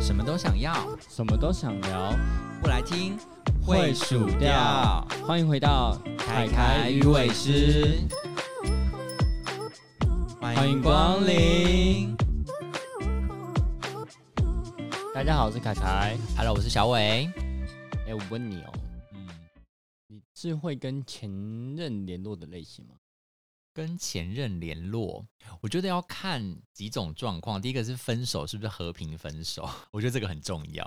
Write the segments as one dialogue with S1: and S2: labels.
S1: 什么都想要，
S2: 什么都想聊，
S1: 不来听
S2: 会数掉。欢迎回到
S1: 凯凯鱼尾狮，
S2: 欢迎光临。大家好，我是凯凯。
S1: Hello，我是小伟。
S2: 哎、我问你哦，
S1: 嗯，
S2: 你是会跟前任联络的类型吗？
S1: 跟前任联络，我觉得要看几种状况。第一个是分手是不是和平分手， 我觉得这个很重要。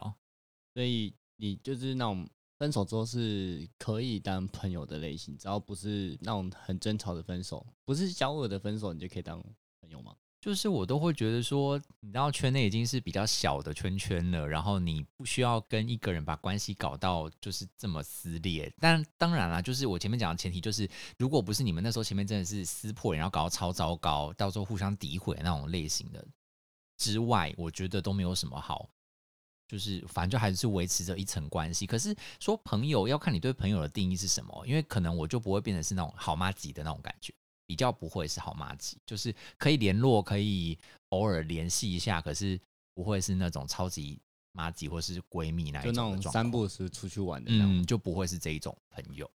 S2: 所以你就是那种分手之后是可以当朋友的类型，只要不是那种很争吵的分手，不是小我的分手，你就可以当朋友吗？
S1: 就是我都会觉得说，你知道圈内已经是比较小的圈圈了，然后你不需要跟一个人把关系搞到就是这么撕裂。但当然啦，就是我前面讲的前提就是，如果不是你们那时候前面真的是撕破脸，然后搞到超糟糕，到时候互相诋毁那种类型的之外，我觉得都没有什么好。就是反正就还是维持着一层关系，可是说朋友要看你对朋友的定义是什么，因为可能我就不会变成是那种好妈级的那种感觉。比较不会是好妈鸡，就是可以联络，可以偶尔联系一下，可是不会是那种超级妈鸡或是闺蜜那一
S2: 就那
S1: 种的
S2: 种
S1: 状
S2: 三
S1: 况
S2: 不五时出去玩的那种。
S1: 嗯，就不会是这一种朋友。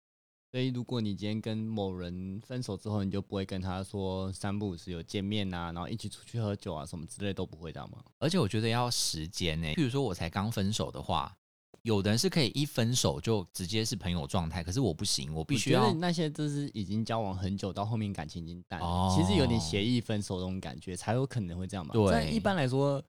S2: 所以，如果你今天跟某人分手之后，你就不会跟他说三不五时有见面啊，然后一起出去喝酒啊，什么之类都不会这样吗？
S1: 而且我觉得要时间呢、譬如说我才刚分手的话，有的人是可以一分手就直接是朋友状态，可是我不行，我必须
S2: 我觉
S1: 要
S2: 得那些就是已经交往很久，到后面感情已经淡了，
S1: 哦
S2: 其实有点协议分手那种感觉，才有可能会这样嘛。
S1: 对
S2: 但一般来说，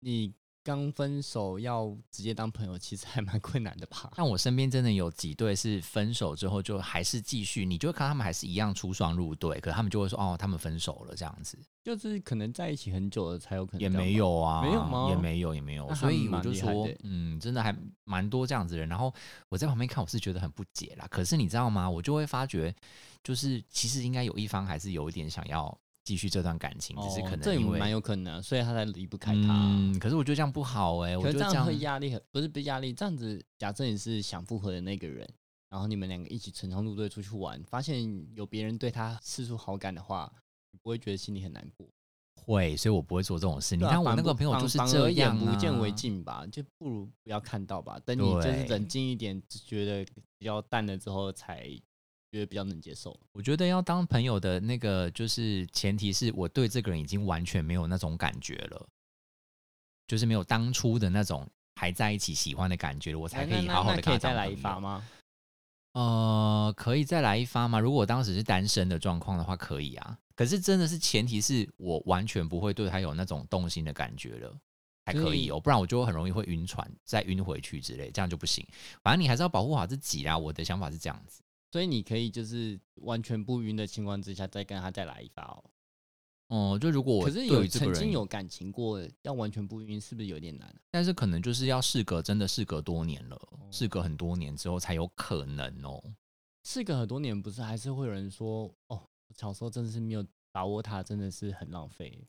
S2: 你刚分手要直接当朋友，其实还蛮困难的吧？
S1: 但我身边真的有几对是分手之后就还是继续，你就会看他们还是一样出双入对，可他们就会说哦，他们分手了这样子。
S2: 就是可能在一起很久了才有可能
S1: 也
S2: 这样
S1: 没
S2: 吧。
S1: 有啊，
S2: 没有吗
S1: 也没有，也没有。
S2: 那还
S1: 所以我
S2: 蛮
S1: 就
S2: 厉害
S1: 说
S2: 的欸，
S1: 嗯，真的还蛮多这样子的人。然后我在旁边看，我是觉得很不解啦。可是你知道吗？我就会发觉，就是其实应该有一方还是有一点想要继续这段感情，只是
S2: 哦
S1: 可
S2: 这
S1: 能
S2: 也
S1: 因
S2: 蛮
S1: 为
S2: 有可能啊，所以他才离不开他啊。
S1: 嗯，可是我觉得这样不好哎，我
S2: 可
S1: 觉
S2: 是
S1: 得
S2: 这
S1: 这
S2: 样
S1: 样
S2: 会压力很，不是不是压力，这样子，假设你是想复合的那个人，然后你们两个一起成双入对出去玩，发现有别人对他示出好感的话，你不会觉得心里很难过。
S1: 会，所以我不会做这种事。你
S2: 对啊
S1: 看我
S2: 反
S1: 那个
S2: 不
S1: 朋友
S2: 反
S1: 就是
S2: 反
S1: 这
S2: 而眼
S1: 样啊，
S2: 不见为净吧，就不如不要看到吧。等你就是
S1: 对
S2: 冷静一点，觉得比较淡了之后，才觉得比较能接受。
S1: 我觉得要当朋友的那个，就是前提是我对这个人已经完全没有那种感觉了，就是没有当初的那种还在一起喜欢的感觉了，我才可
S2: 那
S1: 以
S2: 哎那
S1: 好好的
S2: 那
S1: 跟
S2: 可
S1: 他
S2: 以再
S1: 当
S2: 来
S1: 朋
S2: 一发
S1: 友
S2: 吗？
S1: 呃，可以再来一发吗？如果我当时是单身的状况的话，可以啊。可是真的是前提是我完全不会对他有那种动心的感觉了。才
S2: 所
S1: 可以
S2: 以
S1: 哦，不然我就会很容易会晕船，再晕回去之类，这样就不行。反正你还是要保护好自己啦。我的想法是这样子。
S2: 所以你可以就是完全不晕的情况之下，再跟他再来一发哦。
S1: 哦、就如果我
S2: 可是
S1: 对
S2: 有
S1: 于这个
S2: 曾
S1: 人
S2: 经有感情过，要完全不晕，是不是有点难啊、
S1: 但是可能就是要事隔真的事隔多年了，事隔很多年之后才有可能哦。
S2: 事隔很多年，不是还是会有人说，哦，我小时候真的是没有把握他，真的是很浪费。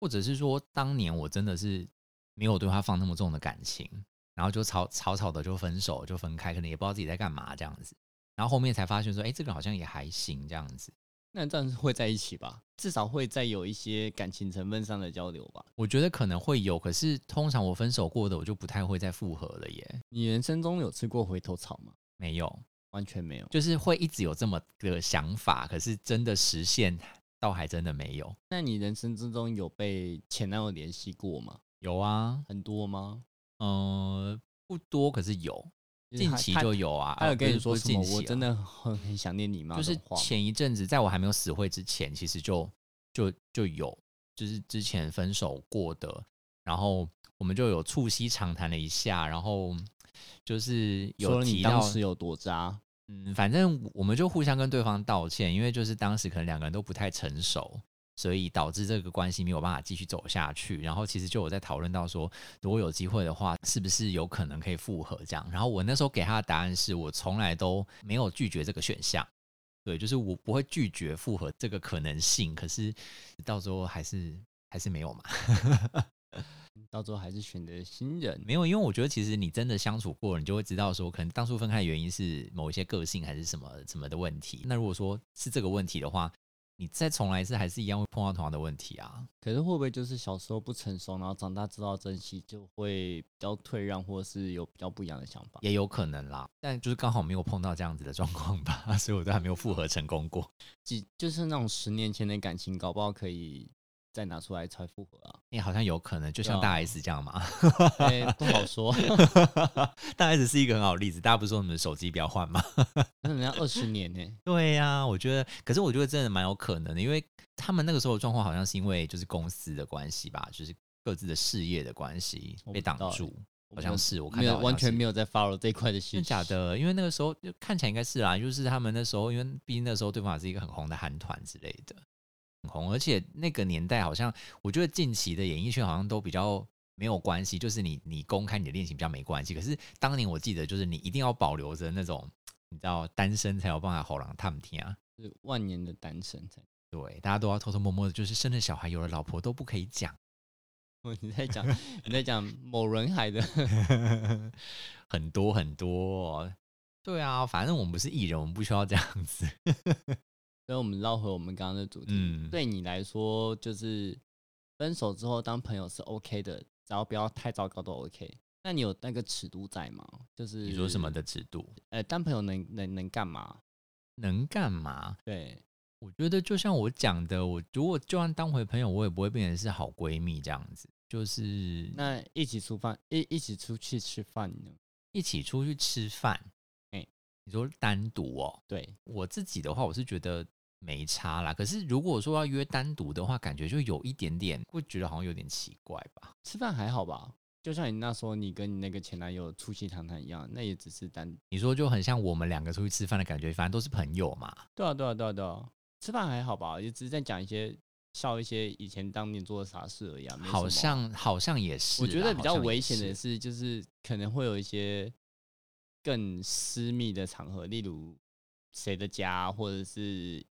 S1: 或者是说，当年我真的是没有对他放那么重的感情，然后就草草草的就分手就分开，可能也不知道自己在干嘛这样子。然后后面才发现说，哎、这个人好像也还行这样子。
S2: 那这样是会在一起吧？至少会再有一些感情成分上的交流吧。
S1: 我觉得可能会有，可是通常我分手过的，我就不太会再复合了耶。
S2: 你人生中有吃过回头草吗？
S1: 没有，
S2: 完全没有。
S1: 就是会一直有这么个想法，可是真的实现倒还真的没有。
S2: 那你人生之中有被前男友联系过吗？
S1: 有啊，
S2: 很多吗？
S1: 呃，不多，可是有。近期就
S2: 有，
S1: 有啊，
S2: 他有
S1: 呃
S2: 跟
S1: 不
S2: 你
S1: 是不
S2: 说
S1: 是
S2: 什么？
S1: 近期
S2: 我
S1: 啊
S2: 真的很很想念你吗？
S1: 就是
S2: 这种话吗
S1: 前一阵子，在我还没有死会之前，其实就就就有，就是之前分手过的，然后我们就有促膝长谈了一下，然后就是
S2: 说
S1: 有
S2: 了
S1: 提
S2: 你
S1: 到
S2: 当，时有多渣，
S1: 嗯，反正我们就互相跟对方道歉，因为就是当时可能两个人都不太成熟。所以导致这个关系没有办法继续走下去，然后其实就有在讨论到说，如果有机会的话，是不是有可能可以复合这样？然后我那时候给他的答案是我从来都没有拒绝这个选项，对，就是我不会拒绝复合这个可能性，可是到时候还是还是没有嘛。
S2: 到最后还是选择新人。
S1: 没有，因为我觉得其实你真的相处过，你就会知道说，可能当初分开的原因是某一些个性还是什么什么的问题。那如果说是这个问题的话，你再重来一次，还是一样会碰到同样的问题啊。
S2: 可是会不会就是小时候不成熟，然后长大知道珍惜，就会比较退让，或者是有比较不一样的想法？
S1: 也有可能啦，但就是刚好没有碰到这样子的状况吧， 所以我都还没有复合成功过。
S2: 几就是那种十年前的感情，搞不好可以再拿出来才复合
S1: ，
S2: 啊
S1: 哎、好像有可能，就像
S2: 对
S1: 大
S2: 啊
S1: S 这样嘛。
S2: 哎、不好说。
S1: 大 S 是一个很好的例子，大家不是说你们手机不要换吗？
S2: 那人家二十年呢、
S1: 对呀、我觉得，可是我觉得真的蛮有可能的，因为他们那个时候的状况好像是因为就是公司的关系吧，就是各自的事业的关系
S2: 我不
S1: 被
S2: 知
S1: 挡
S2: 道欸
S1: 住，好
S2: 我没
S1: 像
S2: 有
S1: 是我看
S2: 没
S1: 到
S2: 有
S1: 好
S2: 完
S1: 像
S2: 全
S1: 是
S2: 没有在 follow 这一块的讯
S1: 真
S2: 息。
S1: 的假的？因为那个时候就看起来应该是啦、就是他们那时候，因为毕竟那时候对方也是一个很红的韩团之类的，很红。而且那个年代好像，我觉得近期的演艺圈好像都比较没有关系，就是你你公开你的恋情比较没关系。可是当年我记得，就是你一定要保留着那种你知道单身才有办法吼狼探听啊。
S2: 是万年的单身才。
S1: 对，大家都要偷偷摸摸的，就是生了小孩有了老婆都不可以讲，
S2: 你在讲你在讲某人海的
S1: 很多很多。对啊，反正我们不是艺人，我们不需要这样子。
S2: 所以我们绕回我们刚刚的主题，
S1: 嗯
S2: 对你来说，就是分手之后当朋友是 OK 的，只要不要太糟糕都 OK。那你有那个尺度在吗？就是
S1: 你说什么？的尺度？
S2: 呃，当朋友能能能干嘛？
S1: 能干嘛？
S2: 对，
S1: 我觉得就像我讲的，我如果就算当回朋友，我也不会变成是好闺蜜这样子。就是
S2: 那一起吃饭，一一起出去吃饭呢？
S1: 一起出去吃饭，哎、
S2: 哎
S1: 你说单独哦，
S2: 对，
S1: 我自己的话，我是觉得没差啦。可是如果说要约单独的话，感觉就有一点点，会觉得好像有点奇怪吧。
S2: 吃饭还好吧？就像你那时候你跟你那个前男友促膝谈谈一样，那也只是单。
S1: 你说就很像我们两个出去吃饭的感觉，反正都是朋友嘛。
S2: 对啊，对啊，对啊，对啊，吃饭还好吧？也只是在讲一些笑一些以前当年做的傻事而已啊，没什么
S1: 好
S2: 啊
S1: 像好像也是啦，
S2: 我觉得比较
S1: 好像也
S2: 危险的
S1: 是
S2: 是，就是可能会有一些更私密的场合，例如谁的家啊或者是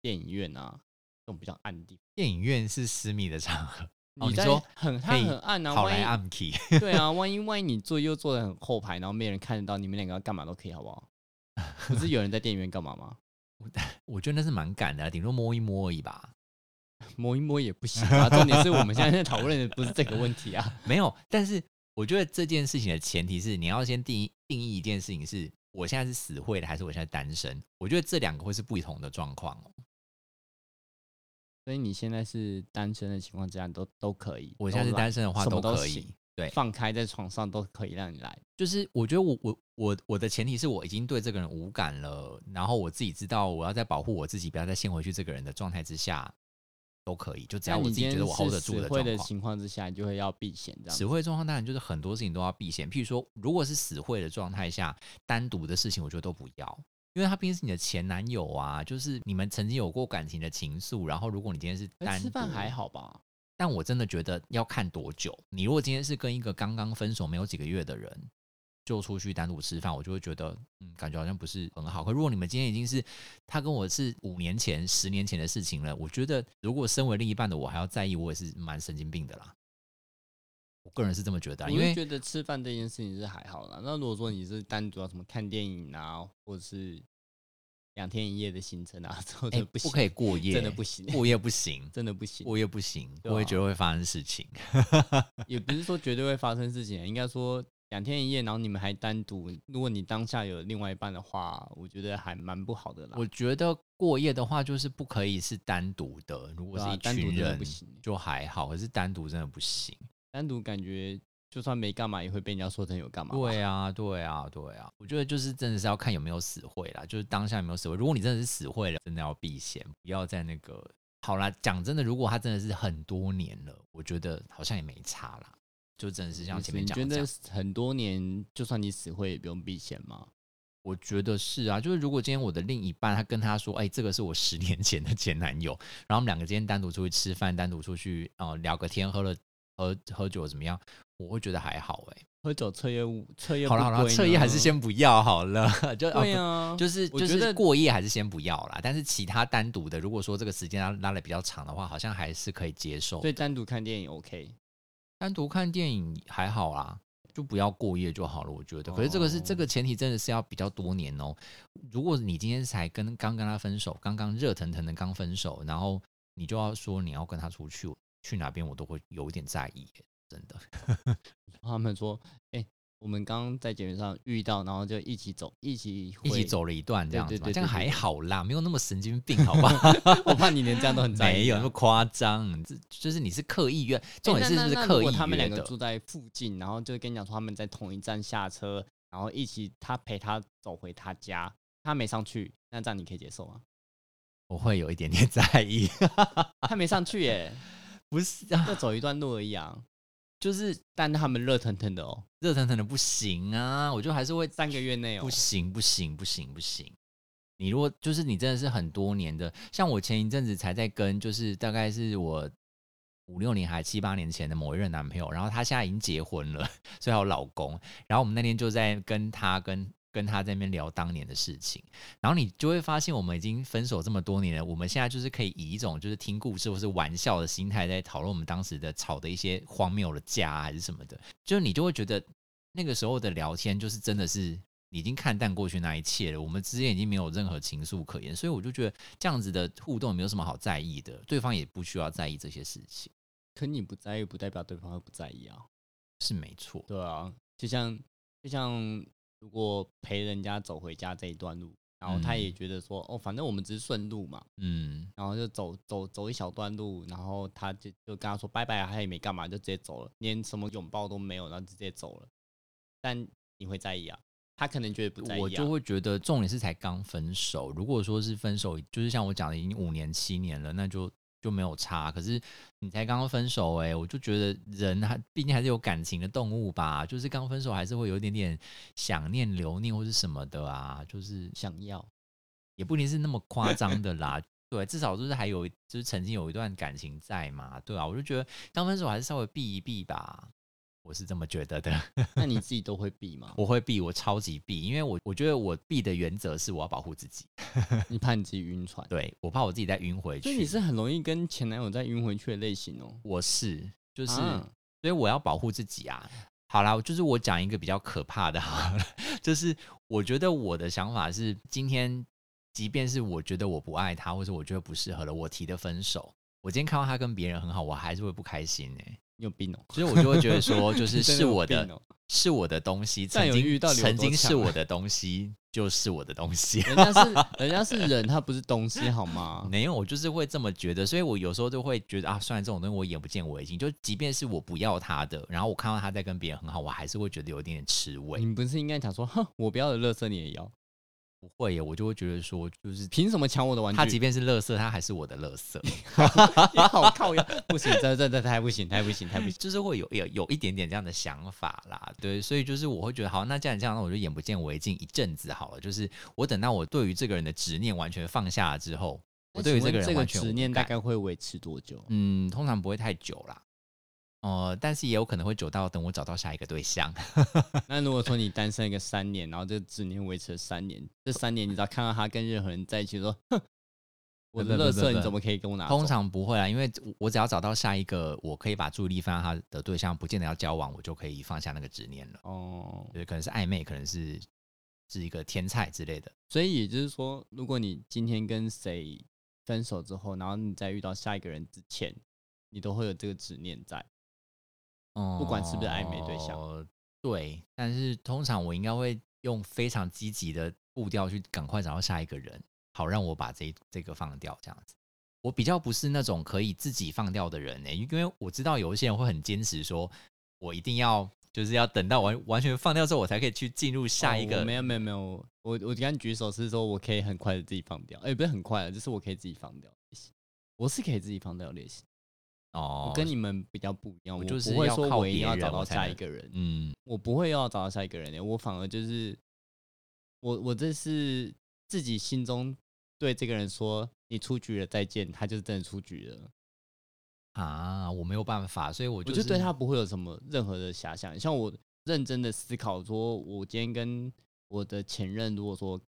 S2: 电影院啊，这种比较暗的地方。
S1: 电影院是私密的场合，哦你
S2: 在
S1: 说
S2: 很它
S1: 可以
S2: 很暗啊，
S1: 好来
S2: 万
S1: 暗 key。
S2: 一对啊，万一万一你坐又坐的很后排，然后没人看得到，你们两个要干嘛都可以，好不好？不是有人在电影院干嘛吗？
S1: 我觉得那是蛮赶的啊，顶多摸一摸而已吧。
S2: 摸一摸也不行啊。重点是我们现在在讨论的不是这个问题啊。
S1: 没有，但是我觉得这件事情的前提是你要先定义定义一件事情是。我现在是死会的，还是我现在单身？我觉得这两个会是不同的状况哦。
S2: 所以你现在是单身的情况之下，你都都可以。
S1: 我现在是
S2: 都来
S1: 单身的话
S2: 哦什么都
S1: 可以
S2: 行，
S1: 对，
S2: 放开在床上都可以让你来。
S1: 就是我觉得我我我我的前提是我已经对这个人无感了，然后我自己知道我要在保护我自己，不要再陷回去这个人的状态之下，都可以。就只要
S2: 那
S1: 我
S2: 你
S1: 自己
S2: 今
S1: 觉
S2: 天
S1: 得我 hold 得
S2: 是
S1: 住
S2: 死
S1: 的
S2: 会
S1: 状
S2: 的
S1: 况。
S2: 情况之下，你就会要避嫌这样
S1: 死
S2: 子。
S1: 会状况当然就是很多事情都要避嫌，譬如说，如果是死会的状态下，单独的事情我觉得都不要，因为他毕竟是你的前男友啊，就是你们曾经有过感情的情愫。然后，如果你今天是
S2: 哎
S1: 单
S2: 吃饭
S1: 独
S2: 还，好吧？
S1: 但我真的觉得要看多久。你如果今天是跟一个刚刚分手没有几个月的人就出去单独吃饭，我就会觉得，嗯，感觉好像不是很好。可如果你们今天已经是他跟我是五年前、十年前的事情了，我觉得如果身为另一半的我还要在意，我也是蛮神经病的啦。我个人是这么觉得啊，
S2: 你
S1: 因
S2: 会
S1: 为
S2: 觉得吃饭这件事情是还好啦。那如果说你是单独要什么看电影啊，或者是两天一夜的行程啊， 之后
S1: 哎、
S2: 就不行，
S1: 可以过夜，欸
S2: 真的不行，
S1: 过夜不行，
S2: 真的 不行。
S1: 过夜不行，
S2: 对啊
S1: 我也觉得会发生事情。
S2: 也不是说绝对会发生事情，应该说两天一夜，然后你们还单独。如果你当下有另外一半的话，我觉得还蛮不好的啦。
S1: 我觉得过夜的话，就是不可以是单独的，如果
S2: 对
S1: 是
S2: 啊
S1: 一
S2: 单独
S1: 群
S2: 真的
S1: 人
S2: 不行
S1: 就还好，可是单独真的不行。
S2: 单独感觉就算没干嘛，也会被人家说成有干嘛吧。
S1: 对啊，对啊，对啊，我觉得就是真的是要看有没有死会啦，就是当下有没有死会。如果你真的是死会了，真的要避嫌，不要在那个。好啦，讲真的，如果他真的是很多年了，我觉得好像也没差啦，就真的是像前面讲的
S2: 你
S1: 这
S2: 觉
S1: 样
S2: 得。很多年，就算你死会也不用避嫌吗？
S1: 我觉得是啊，就是如果今天我的另一半他跟他说，哎、这个是我十年前的前男友，然后我们两个今天单独出去吃饭，单独出去呃聊个天，喝了喝喝酒怎么样？我会觉得还好哎、
S2: 喝酒彻夜无彻夜
S1: 好了
S2: 不
S1: 好了，
S2: 归
S1: 彻夜还
S2: 呢
S1: 是先不要好了，就
S2: 对
S1: 啊
S2: 啊，
S1: 不就是
S2: 我
S1: 就
S2: 觉
S1: 是
S2: 得
S1: 过夜还是先不要啦。但是其他单独的，如果说这个时间拉拉的比较长的话，好像还是可以接受
S2: 所。以单独看电影 OK，
S1: 单独看电影还好啦，就不要过夜就好了，我觉得。可是这个是、
S2: 哦
S1: 这个前提，真的是要比较多年哦。如果你今天才跟刚跟他分手，刚刚热腾腾的刚分手，然后你就要说你要跟他出去，去哪边我都会有一点在意，真的。
S2: 他们说，哎、我们刚刚在节目上遇到，然后就一起走，一起
S1: 一起
S2: 回。
S1: 走了一段这样子嘛，
S2: 对对对对
S1: 这样还好啦，没有那么神经病，好不好？
S2: 我怕你连这样 都很 在意啊。
S1: 没有那么夸张，这就是你是刻意约，重点是
S2: 欸那
S1: 是
S2: 那那
S1: 刻
S2: 如
S1: 意
S2: 果他们
S1: 约
S2: 两个
S1: 的。
S2: 住在附近，然后就跟你讲说他们在同一站下车，然后一起他陪他走回他家，他没上去，那这样你可以接受吗？
S1: 我会有一点 点在意，
S2: 他没上去耶、
S1: 不是啊，
S2: 就走一段路而已啊。
S1: 就是
S2: 但他们热腾腾的哦，
S1: 热腾腾的不行啊，我就还是会
S2: 三个月内哦
S1: 不，行不行不行不行。你如果就是你真的是很多年的，像我前一阵子才在跟，就是大概是我五六年还七八年前的某一任男朋友，然后他现在已经结婚了，所以还有老公。然后我们那天就在跟他跟跟他在那边聊当年的事情，然后你就会发现我们已经分手这么多年了，我们现在就是可以以一种就是听故事或是玩笑的心态在讨论我们当时的吵的一些荒谬的架、啊、还是什么的，就是你就会觉得那个时候的聊天就是真的是你已经看淡过去那一切了，我们之间已经没有任何情愫可言，所以我就觉得这样子的互动没有什么好在意的，对方也不需要在意这些事情，
S2: 可你不在意，不代表对方会不在意啊。
S1: 是没错。
S2: 对啊，就像就像如果陪人家走回家这一段路，然后他也
S1: 嗯
S2: 觉得说，哦，反正我们只是顺路嘛，
S1: 嗯，
S2: 然后就走走走一小段路，然后他就就跟他说拜拜，他也没干嘛，就直接走了，连什么拥抱都没有，然后直接走了。但你会在意啊？他可能觉得不在意、啊，
S1: 我就会觉得重点是才刚分手，如果说是分手，就是像我讲的已经五年七年了，那就。就没有差，可是你才刚刚分手哎、我就觉得人还毕竟还是有感情的动物吧，就是刚分手还是会有一点点想念、留念或是什么的啊，就是
S2: 想要。
S1: 也不一定是那么夸张的啦。对，至少就是还有就是曾经有一段感情在嘛，对啊，我就觉得刚分手还是稍微避一避吧，我是这么觉得的。
S2: 那你自己都会避吗？
S1: 我会避，我超级避，因为我我觉得我避的原则是我要保护自己，
S2: 你怕你自己晕船？
S1: 对我怕我自己再晕回去。
S2: 所以你是很容易跟前男友再晕回去的类型哦。啊
S1: 我是就、
S2: 就是
S1: 所以我要保护自己啊。好啦，就是我讲一个比较可怕的，好了，就是我觉得我的想法是，今天即便是我觉得我不爱他，或者我觉得不适合了，我提的分手，我今天看到他跟别人很好，我还是会不开心哎、
S2: 你有病哦，
S1: 所以我就会觉得说， 就是
S2: 你真
S1: 是
S2: 有
S1: 我
S2: 病
S1: 的，
S2: 哦。
S1: 是我的东西，曾
S2: 占有欲
S1: 经
S2: 到底有
S1: 曾
S2: 多
S1: 经是
S2: 强啊
S1: 我的东西，就是我的东西。
S2: 人家是人家是人，他不是东西 好吗？
S1: 没有，我就是会这么觉得，所以我有时候就会觉得啊，虽然这种东西我眼不见为净，就即便是我不要他的，然后我看到他在跟别人很好，我还是会觉得有点点吃味。
S2: 你不是应该讲说，哼，我不要的乐色你也要，
S1: 不会耶，我就会觉得说，就是
S2: 凭什么抢我的玩具？
S1: 他即便是垃圾，他还是我的垃圾，
S2: 也 好靠呀，不行，这这这太不行，太不行，太不行。
S1: 就是会有有有一点点这样的想法啦。对，所以就是我会觉得，好，那既然这样，那我就眼不见为净一阵子好了。就是我等到我对于这个人的执念完全放下了之后，我对于这个人
S2: 这个
S1: 完全
S2: 执
S1: 无
S2: 念大
S1: 感
S2: 概会维持多久？
S1: 嗯，通常不会太久啦。呃，但是也有可能会久到等我找到下一个对象。
S2: 那如果说你单身一个三年，然后这个执念维持了三年，这三年你只要看到他跟任何人在一起，说，哼，我的
S1: 不
S2: 乐
S1: 不不
S2: 色
S1: 不
S2: 你怎么可以跟我拿走？
S1: 通常不会啦，啊因为我只要找到下一个我可以把注意力放在他的对象，不见得要交往，我就可以放下那个执念了。
S2: 哦，
S1: 就是可能是暧昧，可能是是一个天菜之类的。
S2: 所以也就是说，如果你今天跟谁分手之后，然后你在遇到下一个人之前，你都会有这个执念在。
S1: 嗯
S2: 不管是不是暧昧对象
S1: 哦对。但是通常我应该会用非常积极的步调去赶快找到下一个人，好让我把这一这个放掉，这样子。我比较不是那种可以自己放掉的人呢、欸因为我知道有一些人会很坚持说，我一定要就是要等到完完全放掉之后，我才可以去进入下一
S2: 哦
S1: 个。
S2: 我没有没有没有，我我刚刚举手是说我可以很快的自己放掉，哎、不是很快啊，就是我可以自己放掉练习，我是可以自己放掉练习。
S1: 哦，
S2: 我跟你们比较不一样，
S1: 我
S2: 我
S1: 就是
S2: 不会
S1: 要
S2: 说
S1: 靠
S2: 我一定
S1: 别
S2: 要
S1: 人
S2: 找
S1: 我
S2: 到
S1: 才
S2: 下
S1: 能
S2: 一个人，
S1: 嗯
S2: 我不会要找到下一个人的，我反而就是我我这是自己心中对这个人说你出局了再见，他就是真的出局了，
S1: 啊，我没有办法，所以我
S2: 我
S1: 就
S2: 就是对他不会有什么任何的遐想。像我认真的思考，说我今天跟我的前任如果说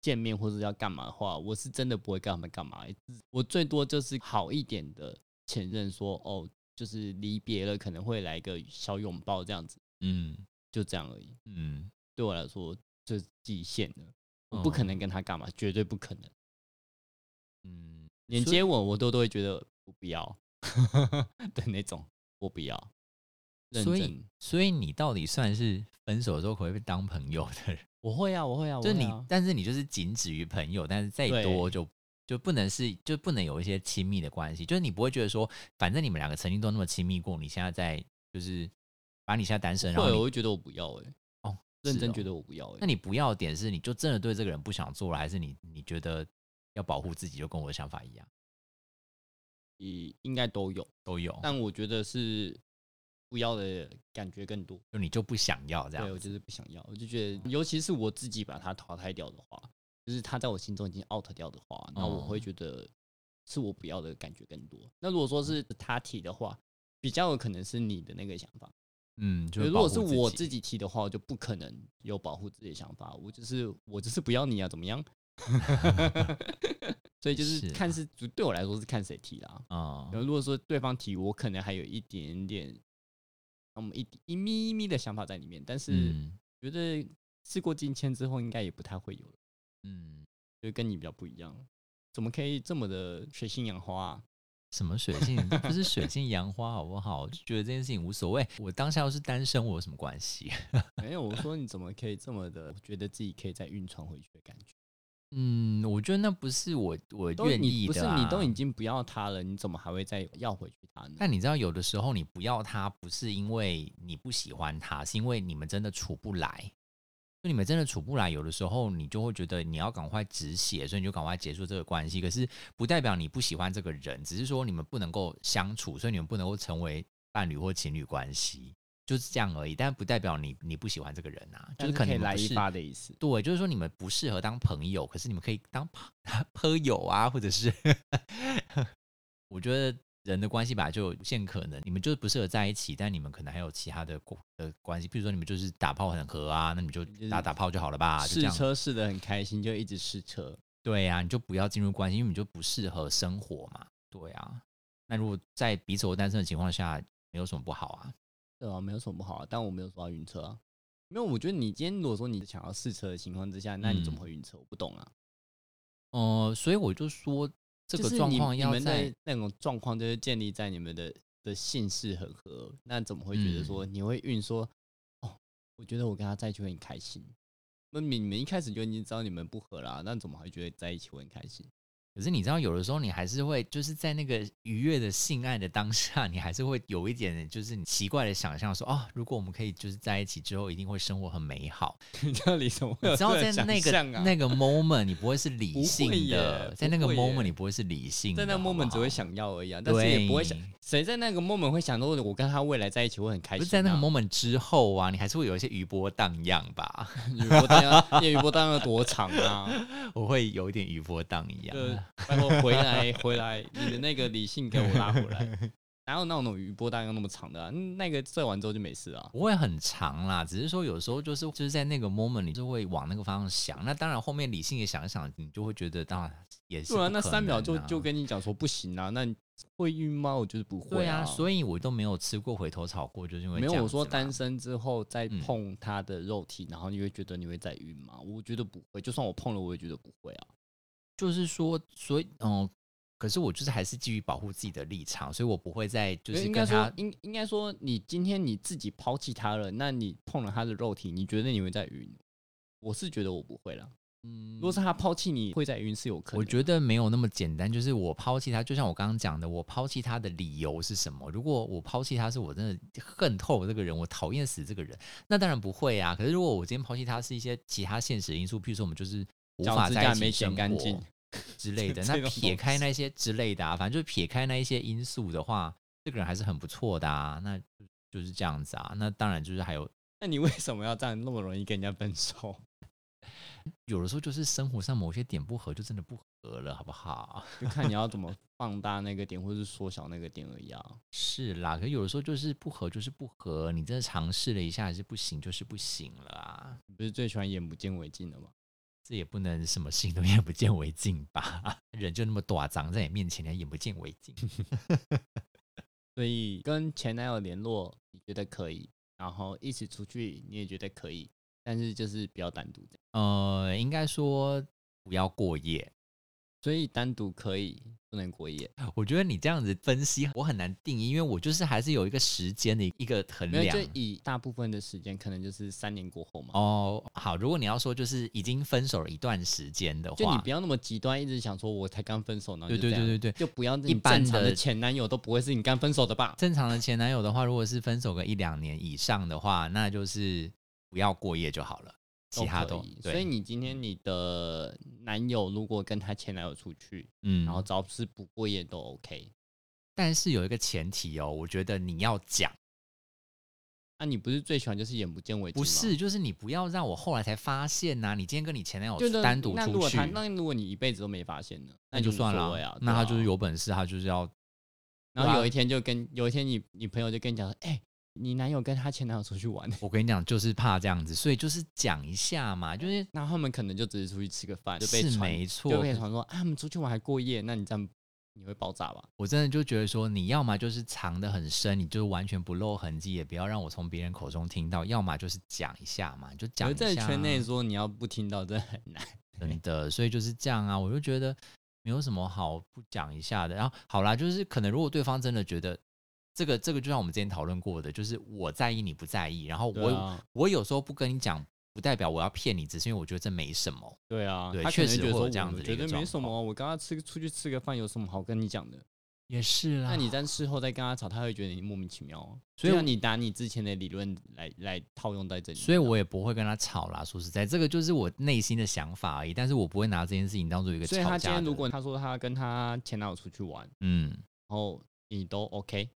S2: 见面或者要干嘛的话，我是真的不会跟他们干嘛。我最多就是好一点的前任说，哦，就是离别了，可能会来一个小拥抱这样子，
S1: 嗯
S2: 就这样而已。
S1: 嗯，
S2: 对我来说，这是极限了，我不
S1: 哦
S2: 可能跟他干嘛，绝对不可能。
S1: 嗯，
S2: 连
S1: 所以
S2: 接吻我都都会觉得我不要 的那种，我不要。认
S1: 所以
S2: 真
S1: 所以你到底算是分手之后可不可以被当朋友的人？
S2: 我会啊，我会啊，
S1: 就
S2: 我会
S1: 你
S2: 啊，
S1: 但是你就是仅止于朋友，但是再多就就不能是就不能有一些亲密的关系，就是你不会觉得说，反正你们两个曾经都那么亲密过，你现在在就是把你现在单身，然后
S2: 会，我
S1: 你
S2: 会觉得我不要哎、
S1: 哦，
S2: 认真觉
S1: 得、
S2: 得我不要哎、
S1: 那你不要的点是，你就真的对这个人不想做了，还是你你觉得要保护自己，就跟我的想法一样，
S2: 你应该都有，
S1: 都有，
S2: 但我觉得是不要的感觉更多。
S1: 就你就不想要这
S2: 对，
S1: 样
S2: 我
S1: 子，
S2: 就是不想要，我就觉得，尤其是我自己把他淘汰掉的话，就是他在我心中已经 out 掉的话，那我会
S1: 哦
S2: 觉得是我不要的感觉更多。那如果说是他提的话，比较有可能是你的那个想法。
S1: 嗯，就
S2: 呃如果是
S1: 保护
S2: 我
S1: 自
S2: 自己提的话，我就不可能有保护自己的想法。我就是我就是不要你啊，怎么样？ 所以就是
S1: 是
S2: 看是对我来说是看谁提啦。
S1: 啊、
S2: 然后如果说对方提，我可能还有一点点，那么一一咪一咪的想法在里面，但是
S1: 嗯
S2: 觉得事过境迁之后，应该也不太会有了，
S1: 嗯，
S2: 就跟你比较不一样。怎么可以这么的水性杨花啊？
S1: 什么水性，这不是水性杨花好不好？我就觉得这件事情无所谓，我当下要是单身，我有什么关系？
S2: 没有，我说你怎么可以这么的，觉得自己可以再晕船回去的感觉？
S1: 嗯，我觉得那不是我我
S2: 都
S1: 愿
S2: 你
S1: 意
S2: 不是
S1: 的、啊。
S2: 你都已经不要他了，你怎么还会再要回去他呢？
S1: 但你知道，有的时候你不要他，不是因为你不喜欢他，是因为你们真的处不来。就你们真的处不来，有的时候你就会觉得你要赶快止血，所以你就赶快结束这个关系。可是不代表你不喜欢这个人，只是说你们不能够相处，所以你们不能够成为伴侣或情侣关系，就是这样而已。但不代表你你不喜欢这个人啊，就
S2: 但
S1: 可
S2: 可
S1: 能
S2: 以
S1: 你们
S2: 来
S1: 不
S2: 一
S1: 是
S2: 发的意思。
S1: 对，就是说你们不适合当朋友，可是你们可以当朋 朋友啊，或者是 我觉得人的关系本来就有无限可能，你们就是不适合在一起，但你们可能还有其他的过的关系，比如说你们就是打炮很合啊，那你们就
S2: 就是
S1: 打打炮就好了吧，就这
S2: 试
S1: 样。
S2: 车试的很开心，就一直试车。
S1: 对啊，你就不要进入关系，因为你就不适合生活嘛。对啊，那如果在彼此都单身的情况下，没有什么不好啊。
S2: 对啊，没有什么不好、啊，但我没有说要晕车啊。没有，我觉得你今天如果说你想要试车的情况之下，那你怎么
S1: 嗯
S2: 会晕车？我不懂啊。
S1: 呃，所以我就说这
S2: 就
S1: 个
S2: 是
S1: 状
S2: 你
S1: 况
S2: 你
S1: 要
S2: 们
S1: 在
S2: 的那种状况，就是建立在你们的的性事很合，那怎么会觉得
S1: 嗯
S2: 说你会晕说、哦，我觉得我跟他在一起会很开心。那你你们一开始就已经知道你们不合啦、那怎么还觉得在一起会很开心？
S1: 可是你知道，有的时候你还是会就是在那个愉悦的性爱的当下，你还是会有一点就是你奇怪的想象说，哦，如果我们可以就是在一起之后，一定会生活很美好。
S2: 你到底怎么会
S1: 你
S2: 有
S1: 知 道在
S2: 这种
S1: 那个、
S2: 想象啊
S1: 那个 moment 你不会是
S2: 不
S1: 理
S2: 会
S1: 性
S2: 耶
S1: 的，在
S2: 不
S1: 那个
S2: 会
S1: moment
S2: 耶
S1: 你不会是理性
S2: 在
S1: 的，好
S2: 那
S1: 不
S2: moment 只会
S1: 好。
S2: 想要而已啊，但是
S1: 对，
S2: 也不会想，谁在那个 moment 会想到我跟他未来在一起会很开
S1: 不
S2: 心、啊？
S1: 是在那个 moment 之后啊，你还是会有一些余波荡漾吧？
S2: 余波荡要，业余波荡要多长啊？
S1: 我会有一点余波荡漾。啊
S2: 就拜托回来回来，你的那个理性给我拉回 来。哪有那种余波荡要那么长的、啊？嗯那个射完之后就没事啊。
S1: 不会很长啦，只是说有时候就是就是在那个 moment 你就会往那个方向想。那当然后面理性也想一想，你就会觉得当然也是、
S2: 对啊，那三秒就就
S1: 跟
S2: 跟你讲说不行啊，那你会晕吗？我就是不会
S1: 对
S2: 啊。
S1: 啊，
S2: 以
S1: 所以我都没有吃过回头草过，就是因为
S2: 没有
S1: 这样
S2: 我说
S1: 子嘛
S2: 单身之后再
S1: 嗯
S2: 碰他的肉体，然后你会觉得你会再晕吗？我觉得不会，就算我碰了，我也觉得不会啊。
S1: 就是说，所以嗯、可是我就是还是基于保护自己的立场，所以我不会再就是
S2: 应
S1: 跟
S2: 该
S1: 他
S2: 说，应应该说，你今天你自己抛弃他了，那你碰了他的肉体，你觉得你会再晕？我是觉得我不会啦。
S1: 嗯
S2: 如果是他抛弃你，会再晕是有可能。
S1: 我觉得没有那么简单，就是我抛弃他，就像我刚刚讲的，我抛弃他的理由是什么？如果我抛弃他是我真的恨透这个人，我讨厌死这个人，那当然不会啊。可是如果我今天抛弃他是一些其他现实因素，譬如说我们就是无
S2: 脚
S1: 法
S2: 趾
S1: 在
S2: 甲
S1: 一起
S2: 没剪
S1: 生
S2: 干
S1: 活
S2: 净
S1: 之类 的，
S2: 这
S1: 那
S2: 种东
S1: 撇开
S2: 西
S1: 那些之类的啊，反正就是撇开那一些因素的话，这个人还是很不错的啊。那就就是这样子啊。那当然就是还有
S2: 那你为什么要这样那么容易跟人家分手？
S1: 有的时候就是生活上某些点不合，就真的不合了，好不好？
S2: 就看你要怎么放大那个点，或是缩小那个点而已啊。
S1: 是啦，可有的时候就是不合，就是不合。你真的尝试了一下，还是不行，就是不行了啊。
S2: 你不是最喜欢眼不见为净的吗？
S1: 这也不能什么事情都眼不见为净吧？人就那么短，长在你面前，你还眼不见为净。
S2: 所以跟前男友联络，你觉得可以，然后一起出去你也觉得可以，但是就是不要单独这样。
S1: 呃，应该说不要过夜。
S2: 所以单独可以，不能过夜。
S1: 我觉得你这样子分析，我很难定义，因为我就是还是有一个时间的一个衡
S2: 没有，
S1: 量
S2: 就。以大部分的时间，可能就是三年过后嘛。
S1: 哦，好，如果你要说就是已经分手了一段时间的
S2: 就你
S1: 话
S2: 不，要那么极端，一直想说我才刚分手呢。
S1: 对对对对对，
S2: 就不要
S1: 一
S2: 一
S1: 般
S2: 般的
S1: 的
S2: 前男友都不会是你刚分手的吧？
S1: 正常的前男友的话，如果是分手个一两年以上的话，那就是不要过夜就好了，其他
S2: 都
S1: 都
S2: 可以
S1: 对。
S2: 所以你今天你的男友如果跟他前男友出去，
S1: 嗯，
S2: 然后只要是不过夜都 OK。
S1: 但是有一个前提哦，我觉得你要讲，
S2: 那、你不是最喜欢就是眼不见为净
S1: 不
S2: 吗？
S1: 是，就是你不要让我后来才发现呐、你今天跟你前男
S2: 就
S1: 友
S2: 是
S1: 单独
S2: 那如
S1: 出
S2: 果
S1: 哦去
S2: 他，那如果你一辈子都没发现呢？
S1: 那就
S2: 无所
S1: 算了
S2: 谓
S1: 啊、
S2: 啊。
S1: 那
S2: 对
S1: 他
S2: 啊
S1: 就是有本事，他就是要
S2: 然后
S1: 对啊
S2: 有一天就跟有一天你你朋友就跟你讲说，哎、你男友跟他前男友出去玩，
S1: 我跟你讲，就是怕这样子，所以就是讲一下嘛，就是
S2: 那他们可能就只是出去吃个饭，就被
S1: 是
S2: 传
S1: 没错
S2: 就。被传说啊，他们出去玩还过夜，那你这样你会爆炸吧？
S1: 我真的就觉得说，你要么就是藏得很深，你就是完全不露痕迹，也不要让我从别人口中听到；要么就是讲一下嘛，你就
S2: 可
S1: 讲
S2: 是
S1: 一下啊、
S2: 在圈内说你要不听 到，真的很难。
S1: 真的，所以就是这样啊，我就觉得没有什么好不讲一下的。然后好啦，就是可能如果对方真的觉得这个这个，就像我们之前讨论过的，就是我在意你不在意，然后我、
S2: 对啊，
S1: 我有时候不跟你讲，不代表我要骗你，只是因为我觉得这没什么。
S2: 对啊，
S1: 对
S2: 他
S1: 确
S2: 可能
S1: 实
S2: 觉得
S1: 会有
S2: 说
S1: 这样子
S2: 我
S1: 的
S2: 觉
S1: 一个
S2: 得
S1: 状
S2: 没什么啊，我刚刚吃出去吃个饭有什么好跟你讲的？
S1: 也是啦
S2: 那你在事后再跟他吵，他会觉得你莫名其妙啊。
S1: 所以我
S2: 就像你拿你之前的理论来来套用在这里面啊，
S1: 所以我也不会跟他吵啦。说实在，这个就是我内心的想法而已，但是我不会拿这件事情当做一个吵
S2: 所以
S1: 架
S2: 他
S1: 的。
S2: 今天如果他说他跟他前男友出去玩，
S1: 嗯
S2: 然后你都 OK，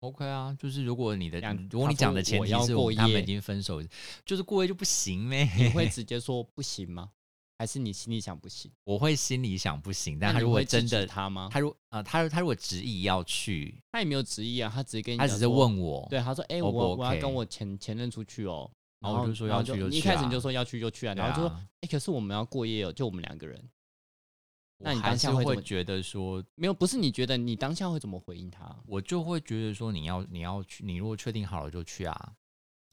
S1: ，OK 啊，就是如果你的
S2: 两
S1: 如果你
S2: 他说
S1: 讲的前
S2: 我
S1: 提
S2: 要
S1: 是
S2: 过
S1: 我们他们
S2: 夜
S1: 已经分手，就是过夜就不 行呢。
S2: 你会直接说不行吗？还是你心里想不行？
S1: 我会心里想不行，但
S2: 那
S1: 他
S2: 你
S1: 如果
S2: 会制
S1: 真
S2: 止
S1: 的，
S2: 他吗？
S1: 他如啊、他他如果执意要去，
S2: 他也没有质疑啊，他只是跟你
S1: 他
S2: 讲
S1: 只是
S2: 说，
S1: 问我，
S2: 对，他说，哎、
S1: ，O
S2: 我
S1: 不
S2: 我要
S1: OK？
S2: 跟我前前任出去哦，
S1: 然后我就说
S2: 然
S1: 要
S2: 后
S1: 去就
S2: 你一
S1: 去
S2: 开始
S1: 啊
S2: 你就说要去就去啊，
S1: 对啊，
S2: 然后就说，哎、可是我们要过夜哦，就我们两个人，那你
S1: 我还
S2: 当
S1: 是
S2: 下会怎
S1: 会
S2: 么
S1: 觉得说，
S2: 没有，不是你觉得你当下会怎么回应他？
S1: 我就会觉得说你要你要去，你如果确定好了就去啊。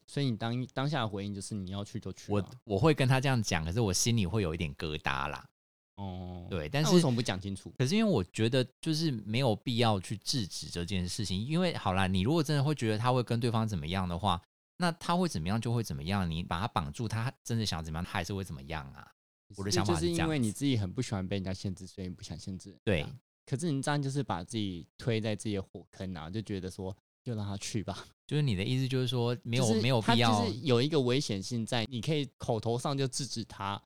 S2: 所以你当当下的回应就是你要去就去、啊，
S1: 我我会跟他这样讲，可是我心里会有一点疙瘩啦。
S2: 哦，
S1: 对，
S2: 那
S1: 但是
S2: 为什么不讲清楚？
S1: 可是因为我觉得就是没有必要去制止这件事情，因为好啦，你如果真的会觉得他会跟对方怎么样的话，那他会怎么样就会怎么样，你把他绑住，他真的想怎么样，他还是会怎么样啊？我的
S2: 这
S1: 想法
S2: 就
S1: 这
S2: 是是因
S1: 样
S2: 为
S1: 子
S2: 你自己很不喜欢被人家限制，所以你不想限制人家。
S1: 对
S2: 可是你这样就是把自己推在自己的火坑啊，就觉得说就让他去吧，
S1: 就是你的意思就是说没有、
S2: 就是
S1: 没有
S2: 他
S1: 必要
S2: 就，是有一个危险性在，你可以口头上就制止他，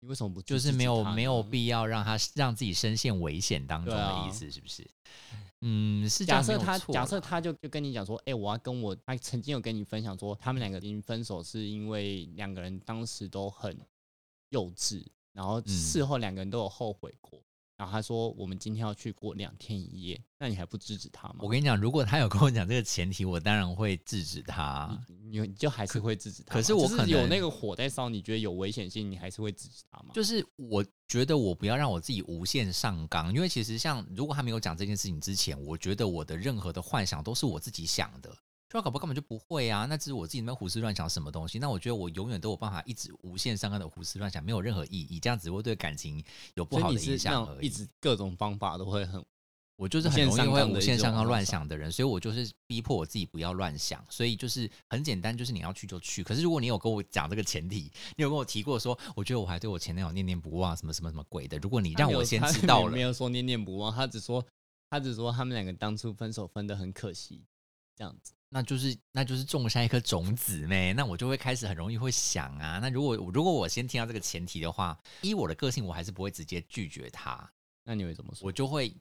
S2: 你为什么不
S1: 就是
S2: 制止
S1: 没有
S2: 他呢
S1: 没有必要让他让自己深陷危险当中
S2: 啊对
S1: 的
S2: 啊
S1: 意思，是不是？嗯，是这
S2: 假
S1: 样没
S2: 设
S1: 有
S2: 他
S1: 错
S2: 假
S1: 啦
S2: 设他就就跟你讲说，哎、我要跟我他曾经有跟你分享说，他们两个已经分手是因为两个人当时都很幼稚，然后
S1: 嗯
S2: 事后两个人都有后悔过。然后他说：“我们今天要去过两天一夜，那你还不制止他吗？”
S1: 我跟你讲，如果他有跟我讲这个前提，我当然会制止他。
S2: 你你就还是会制止他
S1: 啊
S2: 嘛。
S1: 可是我
S2: 就
S1: 可能
S2: 有那个火在烧，你觉得有危险性，你还是会制止他吗？
S1: 就是我觉得我不要让我自己无限上纲，因为其实像如果他没有讲这件事情之前，我觉得我的任何的幻想都是我自己想的，就要搞不好根本就不会啊，那只是我自己在那边胡思乱想什么东西。那我觉得我永远都有办法一直无限上纲的胡思乱想，没有任何意义，这样只会对感情有不
S2: 所以
S1: 好
S2: 你
S1: 的
S2: 是
S1: 影
S2: 那
S1: 响
S2: 种
S1: 而
S2: 一
S1: 已。
S2: 直各种方法都会很
S1: 我就是很容易会无限上纲乱
S2: 无限上纲乱想
S1: 想的人，所以我就是逼迫我自己不要乱想。所以就是很简单，就是你要去就去。可是如果你有跟我讲这个前提，你有跟我提过说，我觉得我还对我前男友念念不忘，什么什么什么鬼的。如果你让我先知道
S2: 他
S1: 了
S2: 没，有说念念不忘，他只说他只说他们两个当初分手分的很可惜，这样子。
S1: 那就是那就是种下一颗种子呗。那我就会开始很容易会想啊。那如果如果我先听到这个前提的话，依我的个性，我还是不会直接拒绝他，
S2: 那你会怎么说？
S1: 我就会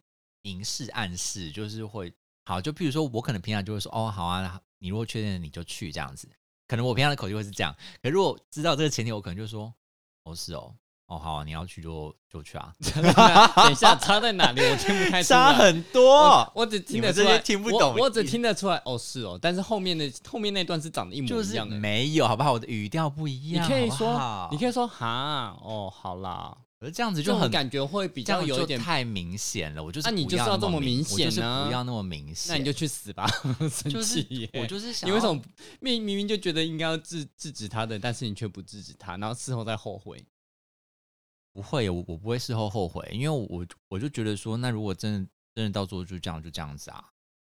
S1: 明示暗示，就是会好。就譬如说，我可能平常就会说，哦，好啊，你如果确定了你就去这样子。可能我平常的口气会是这样，可如果知道这个前提，我可能就说，哦是哦，哦好、啊，你要去就就去啊，
S2: 等一下差在哪里？我听不太出来。
S1: 很
S2: 我我只听得出
S1: 你们
S2: 来，
S1: 这些听不懂
S2: 我，我只听得出来哦，是哦，但是后面的后面那段是长得一模
S1: 就
S2: 一
S1: 是
S2: 样的。
S1: 没有，好不好？我的语调不一
S2: 你
S1: 样，
S2: 可以
S1: 好不
S2: 说
S1: 好，
S2: 你可以说哈，哦，好啦，
S1: 可是这样子
S2: 这
S1: 就
S2: 种
S1: 很
S2: 感觉会比
S1: 比
S2: 较有一点，
S1: 太明显了。我就是
S2: 那你
S1: 不
S2: 就是要这
S1: 那
S2: 么明
S1: 明我就是
S2: 显啊
S1: 不要那么明显。
S2: 那你就去死吧！生
S1: 就是
S2: 气耶
S1: 我就是想
S2: 你
S1: 要，
S2: 为什么明明明就觉得应该要制制止他的，但是你却不制止他，然后事后再后悔？
S1: 不会？我我不会事后后悔，因为我我就觉得说，那如果真的真的到最后就这样就这样子啊，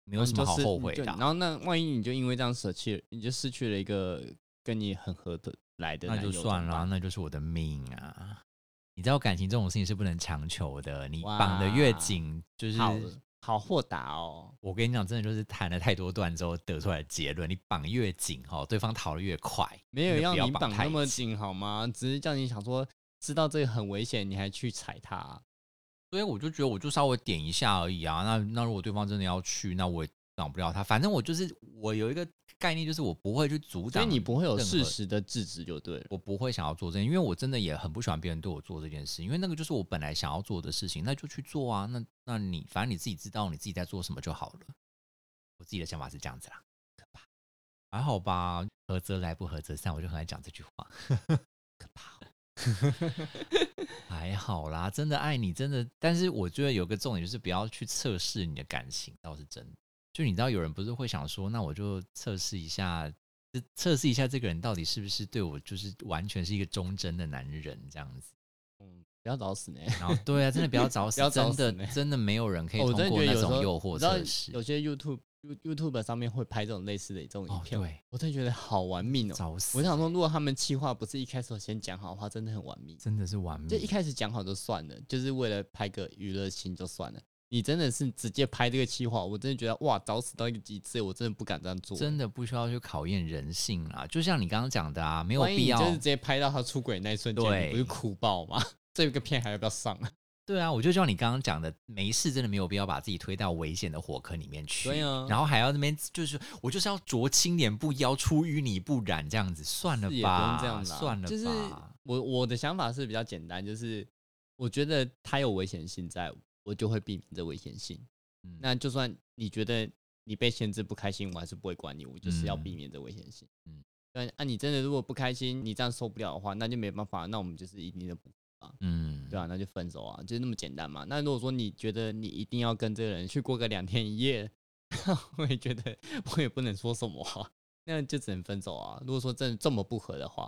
S1: 没有什么好
S2: 就是
S1: 后悔
S2: 你就
S1: 的啊、
S2: 然后那万一你就因为这样舍弃了，你就失去了一个跟你很合得来的，
S1: 那就算了啊，。那就是我的命啊。你知道感情这种事情是不能强求的，你
S2: 哇
S1: 绑得越紧，就是
S2: 好好豁达哦，
S1: 我跟你讲，真的就是谈了太多段之后得出来的结论，你绑越紧哈，对方逃得越快。
S2: 没有
S1: 真的
S2: 要
S1: 不要
S2: 你
S1: 绑
S2: 绑
S1: 太
S2: 那么
S1: 紧
S2: 紧好吗？只是叫你想说，知道这个很危险，你还去踩它。啊
S1: 所以我就觉得，我就稍微点一下而已啊。那那如果对方真的要去，那我也挡不了他。反正我就是我有一个概念，就是我不会去阻
S2: 所以
S1: 挡，
S2: 你不会有
S1: 任何
S2: 适时的制止就对了。
S1: 我不会想要做这件，因为我真的也很不喜欢别人对我做这件事，因为那个就是我本来想要做的事情，那就去做啊。那那你反正你自己知道你自己在做什么就好了。我自己的想法是这样子啦，可怕，还好吧，合则来，不合则散，我就很爱讲这句话， 可怕、 还好啦，真的爱你，真的。但是我觉得有个重点就是不要去测试你的感情，倒是真的。就你知道，有人不是会想说，那我就测试一下就测试一下这个人到底是不是对我就是完全是一个忠贞的男人这样子。
S2: 嗯，不要找死呢。
S1: 然后对啊，真的 不要找死，
S2: 不要找死
S1: 真的
S2: 呢
S1: 真的没有人可以
S2: 哦我
S1: 通
S2: 真的
S1: 过
S2: 觉得
S1: 那
S2: 有时
S1: 种
S2: 候
S1: 诱惑
S2: 你知道
S1: 测试。
S2: 有些 YouTube You- YouTube 上面会拍这种类似的这种影
S1: 哦，
S2: 片，
S1: 对，
S2: 我真的觉得好玩命哦。
S1: 找死，
S2: 我想说，如果他们企划不是一开始有先讲好的话，真的很玩命。
S1: 真的是完
S2: 就一
S1: 美。
S2: 开始讲好就算了，就是为了拍个娱乐性就算了。你真的是直接拍这个企划，我真的觉得哇，找死到一个极致，我真的不敢这样做。
S1: 真的不需要去考验人性啦，就像你刚刚讲的啊，没有
S2: 万一
S1: 必
S2: 你
S1: 要。
S2: 就是直接拍到他出轨那一瞬间，
S1: 对
S2: 你不是哭爆吗？ 这个片还要不要上啊？
S1: 对啊，我就像你刚刚讲的，没事真的没有必要把自己推到危险的火坑里面去。
S2: 对啊
S1: 然后还要那边就是我就是要濯清涟不妖，出淤泥不染这样子，算了
S2: 是也不
S1: 吧，
S2: 用这样啦
S1: 算了吧。
S2: 就是我我的想法是比较简单，就是我觉得它有危险性在，我就会避免这危险性。
S1: 嗯
S2: 那就算你觉得你被限制不开心，我还是不会管你，我就是要避免这危险性。
S1: 嗯
S2: 嗯，但啊，你真的如果不开心，你这样受不了的话，那就没办法，那我们就是一定的不
S1: 嗯，
S2: 对啊，那就分手啊，就是那么简单嘛。那如果说你觉得你一定要跟这个人去过个两天一夜， 我也觉得我也不能说什么、啊，那就只能分手啊。如果说真的这么不合的话，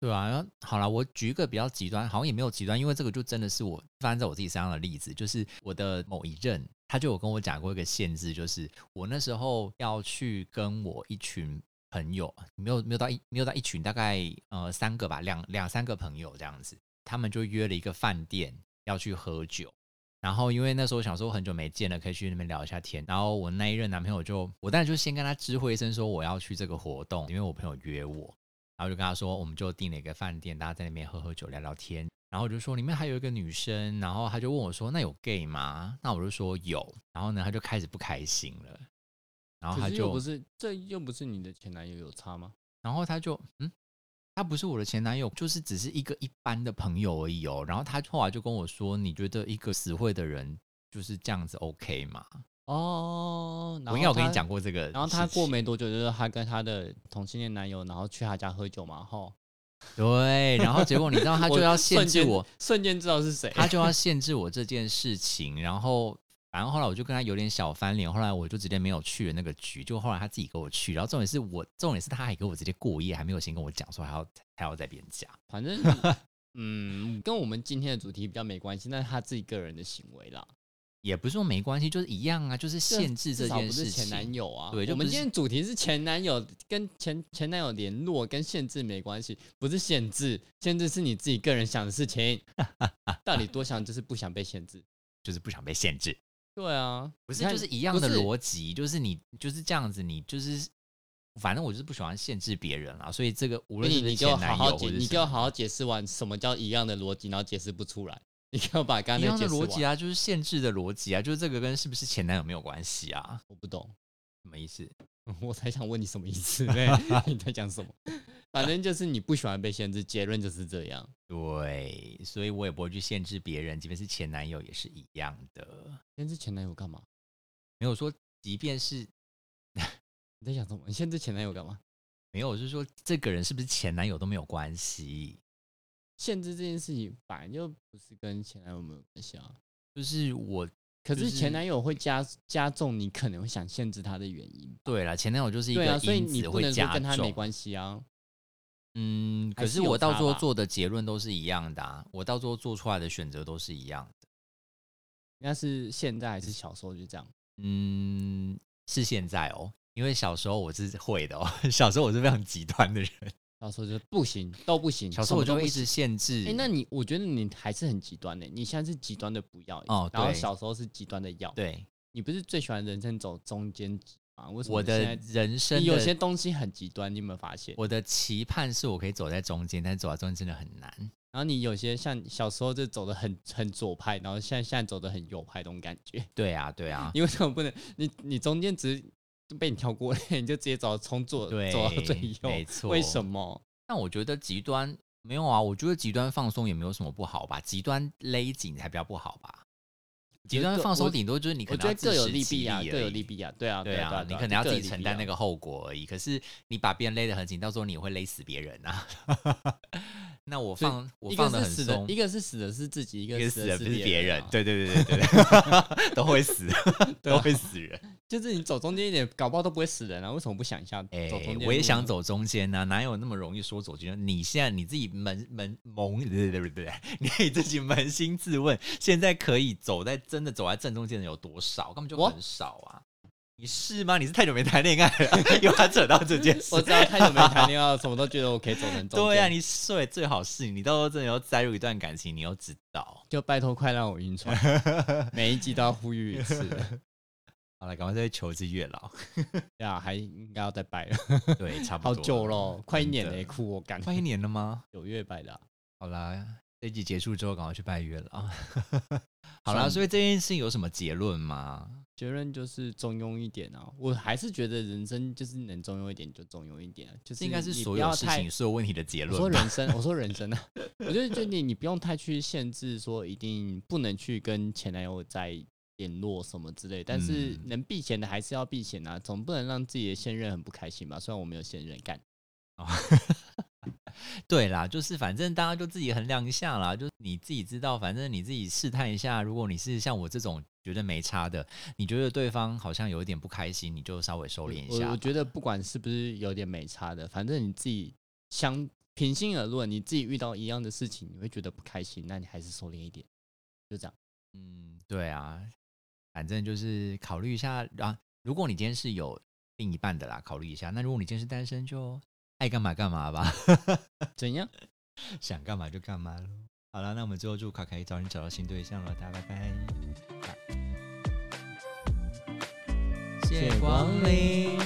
S1: 对啊，然后好啦，我举一个比较极端，好像也没有极端，因为这个就真的是我发生在我自己身上的例子，就是我的某一任，他就有跟我讲过一个限制，就是我那时候要去跟我一群朋友，没有没有到一没有到一群，大概呃三个吧，两两三个朋友这样子，他们就约了一个饭店要去喝酒。然后，因为那时候想说很久没见了，可以去那边聊一下天。然后我那一任男朋友就，我当然就先跟他知会一声说我要去这个活动，因为我朋友约我。然后就跟他说，我们就订了一个饭店，大家在那边喝喝酒、聊聊天。然后我就说里面还有一个女生，然后他就问我说：“那有 gay 吗？”那我就说有。然后呢，他就开始不开心了。然后
S2: 可
S1: 他
S2: 是又
S1: 就
S2: 不，是这又不是你的前男友有差吗？
S1: 然后他就，嗯，他不是我的前男友，就是只是一个一般的朋友而已哦。然后他后来就跟我说：“你觉得一个死会的人就是这样子 OK 吗
S2: 哦，？”然
S1: 我
S2: 后
S1: 应该有跟
S2: 他
S1: 你讲过这个事情。
S2: 然后她过没多久，就是她跟她的同性恋男友，然后去她家喝酒嘛，吼，
S1: 对，然后结果你知道 他就要限
S2: 瞬
S1: 制
S2: 间
S1: 我，，
S2: 瞬间知道是谁。
S1: 他就要限制我这件事情，然后反正后来我就跟他有点小翻脸，后来我就直接没有去了那个局，就后来他自己跟我去，然后重点是我重点是他还给我直接过夜，还没有先跟我讲说还要还要在别人家，
S2: 反 正嗯，跟我们今天的主题比较没关系，那是她自己个人的行为啦，
S1: 也不是说没关系，就是一样啊，就是限制这
S2: 至少
S1: 件
S2: 不是
S1: 事
S2: 前男
S1: 情。
S2: 友啊。
S1: 对就
S2: 我
S1: 不
S2: 们
S1: 是
S2: 今天主题是前男友跟前前男友联络跟限制没关系，不是限制，限制是你自己个人想的 事情。到底多想就是不想被限制。
S1: 就是不想被限制，
S2: 对啊，
S1: 不是
S2: 你看
S1: 就是一样
S2: 不
S1: 的
S2: 是
S1: 逻辑，就是你就是这样子，你就是反正我就是不喜欢限制别人啦，所以这个无论
S2: 你
S1: 是不
S2: 你
S1: 是
S2: 给我
S1: 前
S2: 好
S1: 男
S2: 好
S1: 友
S2: 解，
S1: 或者
S2: 你
S1: 什
S2: 给我
S1: 么
S2: 好好解释完什么叫一样的逻辑，然后解释不出来。你给我把刚
S1: 一
S2: 才
S1: 样的
S2: 解释
S1: 逻
S2: 完
S1: 辑啊，就是限制的逻辑啊，就是这个跟是不是前男友没有关系啊，
S2: 我不懂，嗯
S1: 什么意思？
S2: 我才想问你什么意 思 嘞？你在讲什么？反正就是你不喜欢被限制，结论就是这样。
S1: 对，所以我也不会去限制别人，即便是前男友也是一样的。
S2: 限制前男友干嘛？
S1: 没有说，即便是
S2: 你在想什么？你限制前男友干嘛？
S1: 没有，就是说这个人是不是前男友都没有关系。
S2: 限制这件事情本来就不是跟前男友没有关系啊。
S1: 就是我
S2: 可
S1: 就是是
S2: 前男友会加加重你可能会想限制他的原因，
S1: 对了，前男友就是一
S2: 对
S1: 个
S2: 啊，所以
S1: 因
S2: 你
S1: 子
S2: 不
S1: 会
S2: 能说
S1: 加
S2: 跟他没
S1: 重。
S2: 关系啊。
S1: 嗯，
S2: 还
S1: 可
S2: 是
S1: 是
S2: 有
S1: 我到
S2: 差
S1: 最后
S2: 吧
S1: 做的结论都是一样的、啊，我到最后做出来的选择都是一样的。
S2: 那是现在还是小时候就这样？
S1: 嗯，是现在哦，因为小时候我是会的哦， 小时候我是非常极端的人，
S2: 小时候就不行，都不行。
S1: 小时候我
S2: 什
S1: 就
S2: 么都
S1: 会
S2: 不
S1: 一
S2: 行
S1: 直限制。
S2: 哎、那你我觉得你还是很极端的，你现在是极端的不要
S1: 哦
S2: 然后
S1: 对
S2: 小时候是极端的要，
S1: 对
S2: 你不是最喜欢人生走中间值吗？为什么
S1: 我
S2: 现
S1: 的
S2: 在
S1: 人生
S2: 你有
S1: 的
S2: 些东西很极端，你有没有发现？
S1: 我的期盼是我可以走在中间，但走在中间真的很难。
S2: 然后你有些像小时候就走的很很左派，然后现在现在走的很右派那种感觉。
S1: 对啊，对啊，
S2: 你为什么不能？你你中间值就被你跳过了，你就直接走从左
S1: 对，
S2: 走到最右，
S1: 没错。
S2: 为什
S1: 么？
S2: 么？
S1: 但我觉得极端没有啊，我觉得极端放松也没有什么不好吧，极端勒紧才比较不好吧。极
S2: 觉得
S1: 端
S2: 各
S1: 放松
S2: 我
S1: 顶多就是你可
S2: 我
S1: 能
S2: 觉
S1: 要
S2: 得各
S1: 自
S2: 有
S1: 食
S2: 利
S1: 其
S2: 弊啊，
S1: 力
S2: 各
S1: 而
S2: 有
S1: 已
S2: 利弊啊，对啊，
S1: 对
S2: 啊，
S1: 啊，
S2: 对
S1: 你可能要
S2: 各
S1: 自
S2: 有
S1: 己
S2: 利
S1: 承
S2: 弊
S1: 担
S2: 啊
S1: 那个后果而已。可是你把别人勒得很紧，到时候你会勒死别人啊。 那我
S2: 所以
S1: 放我
S2: 一
S1: 放
S2: 个
S1: 得
S2: 是
S1: 很
S2: 死的
S1: 松，，
S2: 一个是死的是自己，一
S1: 一个
S2: 个
S1: 死
S2: 的
S1: 的不是别
S2: 人
S1: 人
S2: 啊。，
S1: 对对对对对， 都会死，
S2: 啊
S1: 都会死人。
S2: 就是你走中间一点，搞不好都不会死人啊。为什么不想一下
S1: 哎、
S2: 走中间、
S1: 我也想。走中间呐、哪有那么容易说走中间？你现在你自己扪扪蒙，对对对对， 你自己扪心自问，现在可以走在真的走在正中间的有多少？根本就
S2: 我
S1: 很少啊！你是吗？你是太久没谈恋爱了， 又要扯到这件事
S2: 我？只要太久没谈恋爱了，什么都觉得我可以走成中间。
S1: 对呀、啊，你睡最好是你到时候真的要栽入一段感情，你又知道。
S2: 就拜托快让我 晕船，每一集都要呼吁一次。
S1: 好了，赶快再去求之月老。
S2: 对啊，还应该要再拜了，
S1: 对， 差不多
S2: 好
S1: 了。
S2: 久咯，快一年
S1: 真的
S2: 了，欸哭我感。
S1: 快一年了吗？
S2: 九月拜的啊、
S1: 好啦，这集结束之后，赶快去拜月老。好
S2: 算
S1: 啦，
S2: 了
S1: 所以这件事情有什么结论吗？
S2: 结论就是中庸一点啊。我还是觉得人生就是能中庸一点就中庸一点啊，就是
S1: 这应该是
S2: 你
S1: 所
S2: 不要
S1: 有事
S2: 太
S1: 情、所有问题的结
S2: 我说
S1: 论吧。
S2: 人生，我说人生啊，我觉得就你，你不用太去限制说一定不能去跟前男友再联络什么之类，但是
S1: 嗯
S2: 能避嫌的还是要避嫌啊，总不能让自己的现任很不开心吧？虽然我没有现任干，
S1: 对啦，就是反正大家就自己衡量一下啦，就你自己知道，反正你自己试探一下。如果你是像我这种觉得没差的，你觉得对方好像有一点不开心，你就稍微收敛一
S2: 我
S1: 下
S2: 我
S1: 吧。
S2: 觉得不管是不是有点没差的，反正你自己相平心而论，你自己遇到一样的事情，你会觉得不开心，那你还是收敛一点，就这样。
S1: 嗯，对啊，反正就是考虑一下啊。如果你今天是有另一半的啦，考虑一下。那如果你今天是单身，就爱干嘛干嘛吧。
S2: 怎样？
S1: 想干嘛就干嘛喽。好了，那我们最后祝卡卡一早点找到新对象了，大家拜拜。
S2: 谢谢光临。